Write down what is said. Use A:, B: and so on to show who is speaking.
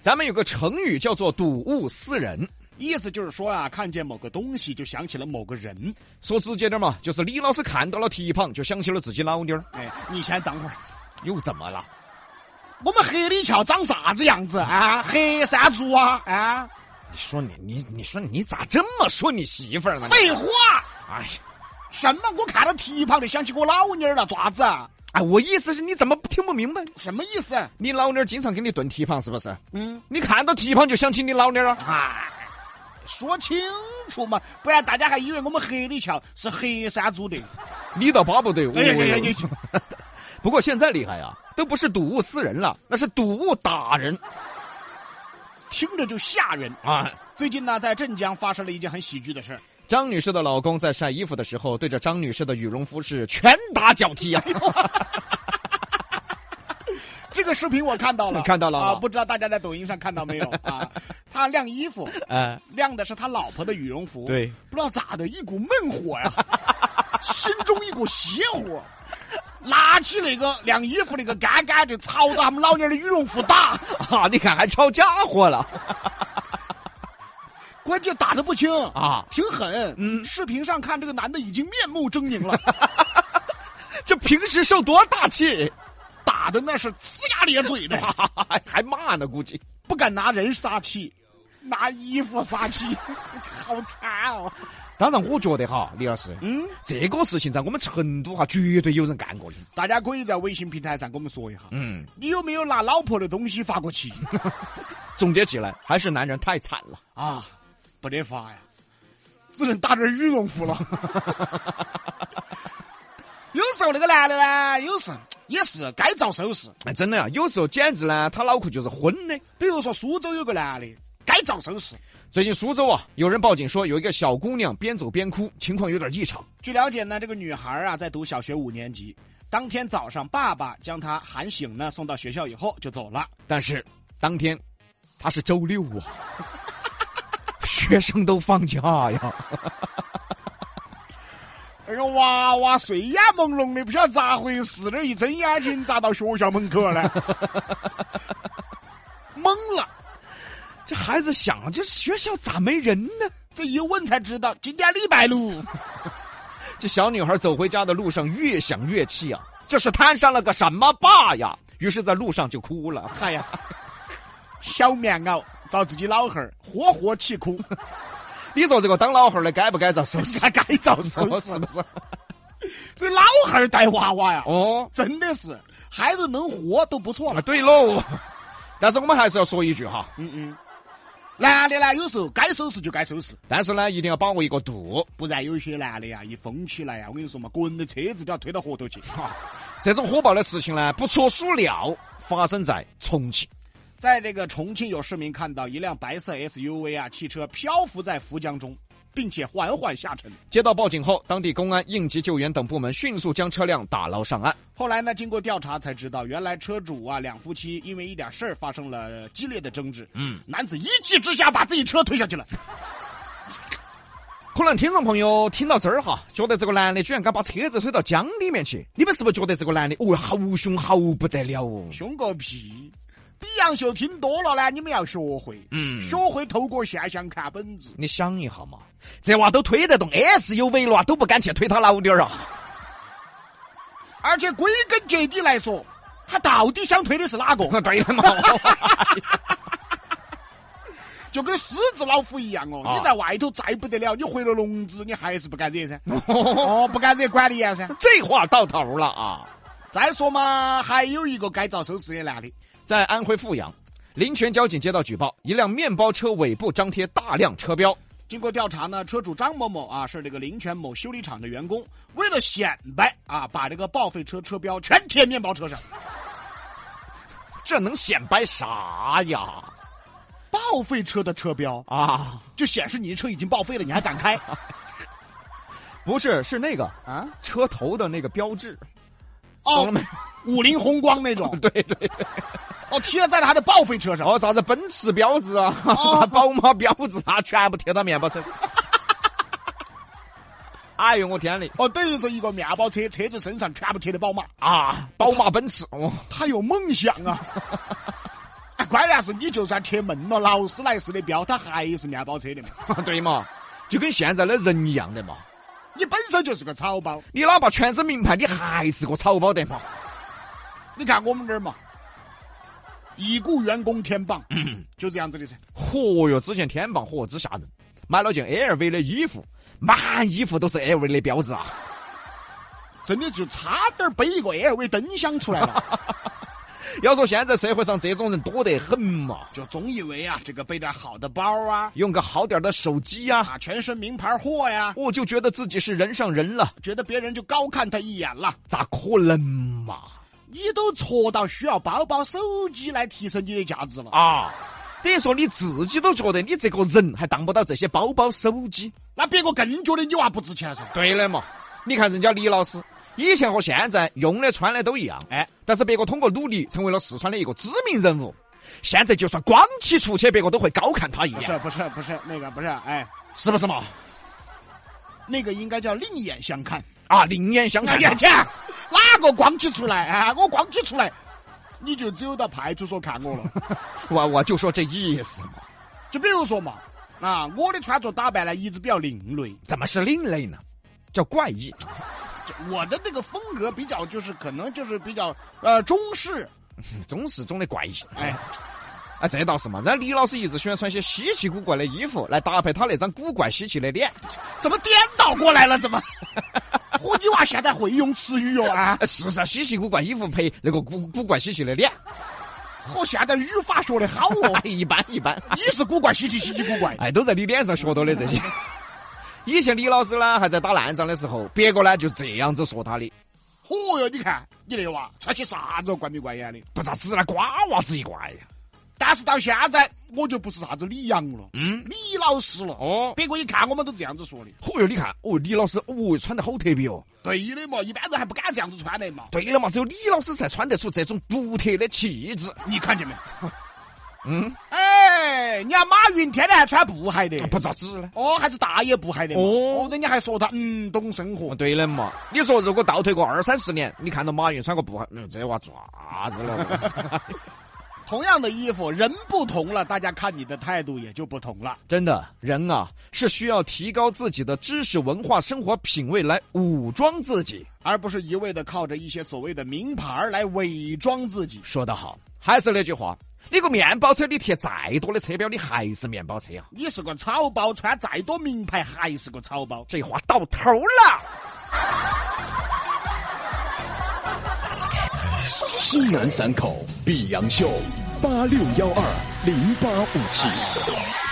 A: 咱们有个成语叫做睹物思人，
B: 意思就是说啊，看见某个东西就想起了某个人。
A: 说直接点嘛，就是李老师看到了蹄膀，就想起了自己老妞儿。
B: 哎，你先等会儿，
A: 又怎么了？
B: 我们黑里桥长啥子样子啊？黑山猪啊？啊？
A: 你说你你你说你咋这么说你媳妇儿呢？
B: 废话，
A: 哎呀，
B: 什么？我看到蹄膀就想起我老妞儿了，爪子？
A: 哎，我意思是你怎么听不明白？
B: 什么意思？
A: 你老妞儿经常给你炖蹄膀是不是？
B: 嗯
A: 你看到蹄膀就想起你老妞儿啊？
B: 啊，说清楚嘛，不然大家还以为我们黑里桥是黑山猪的。
A: 你倒巴不得。
B: 哎呀
A: 哦
B: 呀呀
A: 哟
B: 呀！
A: 不过现在厉害啊，都不是睹物思人了，那是睹物打人
B: 听着就吓人。
A: 啊！
B: 最近呢，在镇江发生了一件很喜剧的事儿。
A: 张女士的老公在晒衣服的时候，对着张女士的羽绒服是拳打脚踢 啊！
B: 这个视频我看到了，
A: 看到了
B: 啊！
A: 吗
B: 不知道大家在抖音上看到 没有啊？他晾衣服，
A: 呃，
B: 晾的是他老婆的羽绒服。
A: 对，
B: 不知道咋的，一股闷火呀， 心中一股邪火，拿起那个晾衣服那个杆杆就朝着他们老娘的羽绒服 打，
A: 啊，你看还抄家伙了
B: 关键打的不轻，
A: 啊！
B: 挺狠。
A: 嗯
B: 视频上看这个男的已经面目狰 狞了，
A: 这平时受多大气，
B: 打的那是呲牙咧嘴的。
A: 还还骂呢，估计。
B: 不敢拿人撒气，拿衣服撒气， 好惨哦！
A: 当然，我觉得哈，李老师，
B: 嗯，
A: 这个事情在我们成都哈，绝对有人干过的。
B: 大家可以在微信平台上跟我们说一下，
A: 嗯，
B: 你有没有拿老婆的东西发过气
A: 总结起来，还是男人太惨了。
B: 啊？不得发呀，只能打点羽绒服了。有时候那个男的呢，有时也是该遭收拾。
A: 哎，真的啊，有时候简直呢，他脑壳就是昏的。
B: 比如说苏州有个男的，该遭收拾。
A: 最近苏州啊，有人报警说有一个小姑娘边走边哭，情况有点异常。
B: 据了解呢，这个女孩啊在读小学五年级，当天早上爸爸将她喊醒呢，送到学校以后就走了。
A: 但是当天她是周六啊， 学生都放假呀。
B: 那个娃娃睡眼朦胧的，不晓得咋回事，那一睁眼睛咋到学校门口了？懵了，
A: 这孩子想，这学校咋没人呢？
B: 这一问才知道今天礼拜六。
A: 这小女孩走回家的路上越想越气啊，这是摊上了个什么爸呀？于是，在路上就哭了。
B: 哎呀，小棉袄遭自己老汉儿活活气哭，
A: 你说这个当老汉儿的该不该遭收拾？
B: 还该遭收
A: 是
B: 拾
A: 不。是？
B: 这老汉儿带娃娃呀，
A: 哦，
B: 真的是孩子能活都不错
A: 啊
B: 了。
A: 对喽。但是我们还是要说一句哈，
B: 嗯嗯，男的呢，有时候该收拾就该收拾。
A: 但是呢，一定要把握一个度。
B: 不然有些男的呀，一疯起来呀，我跟你说嘛，个人的车子都要推到河头去。
A: 这种火爆的事情呢，不出所料，发生在重庆。
B: 在这个重庆，有市民看到一辆白色 SUV 啊汽车漂浮在涪江中，并且缓缓下沉。
A: 接到报警后，当地公安、应急救援等部门迅速将车辆打捞上岸。
B: 后来呢，经过调查才知道，原来车主啊两夫妻因为一点事儿发生了激烈的争执。
A: 嗯，
B: 男子一气之下把自己车推 下去了。
A: 可能听众朋友听到这儿哈，觉得这个男的居然敢把车子推到江里面去，你们是不是觉得这个男的哦好凶好不得了哦？
B: 凶个屁！比洋秀听多了呢，你们要学会，
A: 嗯
B: 学会透过现象看本质。
A: 你想一下嘛，这娃都推得动 SUV 了，都不敢去推他老爹儿啊！
B: 而且归根结底来说，他到底想推的是哪个？
A: 对了嘛，
B: 就跟狮子老虎一样哦，
A: 啊
B: 你在外头再不得了，你回了笼子，你还是不敢 惹噻。哦，不敢惹，管得严噻。
A: 这话到头了啊！
B: 再说嘛，还有一个该遭收拾的男的，
A: 在安徽阜阳，临泉交警接到举报，一辆面包车尾部张贴大量车标。
B: 经过调查呢，车主张某某啊是这个临泉某修理厂的员工，为了显摆啊，把这个报废车车标全贴面包车上。
A: 这能显摆啥呀？
B: 报废车的车标
A: 啊，
B: 就显示你的车已经报废了，你还敢 开
A: 不是，是那个
B: 啊？
A: 车头的那个标志，懂了
B: 哦
A: 没，？，
B: 五菱宏光那种
A: 对对对，
B: 哦，贴在他的报废车上。
A: 哦，啥子奔驰标志啊，
B: 哦
A: 啥宝马标志啊，全部贴到面包车上。 哎呦，我天嘞！
B: 哦，等于是一个面包车，车子身上全部贴的宝马。
A: 啊，宝马、奔驰，哦，
B: 他有梦想啊！哎关键是你就算贴闷了劳斯莱斯的标，它还是面包车的嘛。
A: 对嘛，就跟现在的人一样的嘛。
B: 你本身就是个草包，
A: 你哪怕全身名牌，你还是个草包得嘛。
B: 你看我们这儿嘛，已故员工天榜，就这样子的噻。
A: 嚯哟，之前天棒嚯之吓人，买了件 LV 的衣服，满衣服都是 LV 的标志啊。
B: 真的就差点背一个 LV 灯箱出来了。
A: 要说现在社会上这种人多得很嘛，
B: 就总以为啊，这个背点好的包啊，
A: 用个好点儿的手机呀、
B: 啊，全身名牌货呀、
A: 我就觉得自己是人上人了，
B: 觉得别人就高看他一眼了。
A: 咋可能嘛？
B: 你都挫到需要包包、手机来提升你的价值了。
A: 啊，等于说你自己都觉得你这个人还当不到这些包包、手机。
B: 那别个更觉得你娃不值钱噻。
A: 对的嘛，你看人家李老师，以前和现在用的、穿的都一样，
B: 哎，
A: 但是别个通过努力成为了四川的一个知名人物。现在就算光起出去，别个都会高看他一
B: 不
A: 眼，
B: 是不是不是那个不是，哎，
A: 是不是嘛？
B: 那个应该叫另眼相 看。
A: 啊，另眼相看
B: 哎，呀去，哪个光起出来啊？我光起出来，你就只有到派出所看我 了。
A: 啊我我就说这意思嘛，
B: 就比如说嘛，啊，我的穿着打扮呢，一直比较另类，
A: 怎么是另类呢？叫怪异。
B: 就我的那个风格比较就是可能就是比较呃中式，
A: 中式中的怪异。
B: 哎，
A: 啊，这倒是嘛。人家李老师一直喜欢穿些稀奇古怪的衣服来搭配他那张古怪稀奇的脸。
B: 怎么颠倒过来了？怎么？嚯，你娃现在会用词语哦
A: 啊，
B: 啊！
A: 是噻，稀奇古怪衣服配那个古古怪稀奇的脸，，
B: 嚯，现在语法学的好哦
A: 一般一般。
B: 你是古怪稀奇稀奇古怪，
A: 哎，都在你脸上学到的这些。 以前李老师呢还在打烂仗的时候，别个呢就这样子说他的，
B: 嚯哟！你看你那娃穿起啥子怪眉怪眼的，
A: 不咋子那瓜娃子一怪呀。
B: 但是到现在我就不是啥子李阳了，
A: 嗯，
B: 李老师了。
A: 哦，
B: 别个一看我们都这样子说的，
A: 嚯哟，你看，哦，李老师，哦，穿得好特别哦。
B: 对的嘛，一般人还不敢这样子穿的嘛。
A: 对了嘛，只有李老师才穿得出这种独特的气质。
B: 你看见没？
A: 嗯，
B: 哎，人家马云天天还穿布鞋的，
A: 不咋子呢。
B: 哦，还是大爷布鞋的嘛。
A: 哦
B: 哦，人家还说他嗯懂生活，
A: 对的嘛，你说如果倒退个二三十年，你看到马云穿个布鞋，嗯，这娃爪子了，
B: 同样的衣服，人不同了，大家看你的态度也就不同了。
A: 真的，人啊是需要提高自己的知识、文化、生活品味来武装自己。
B: 而不是一味的靠着一些所谓的名牌儿来伪装自己。
A: 说得好，还是那句话，你个面包车，你贴再多的车标，你还是面包车啊！
B: 你是个草包，穿再多名牌还是个草包。
A: 这话到头了。
C: 西南三口碧阳秀八六幺二零八五七。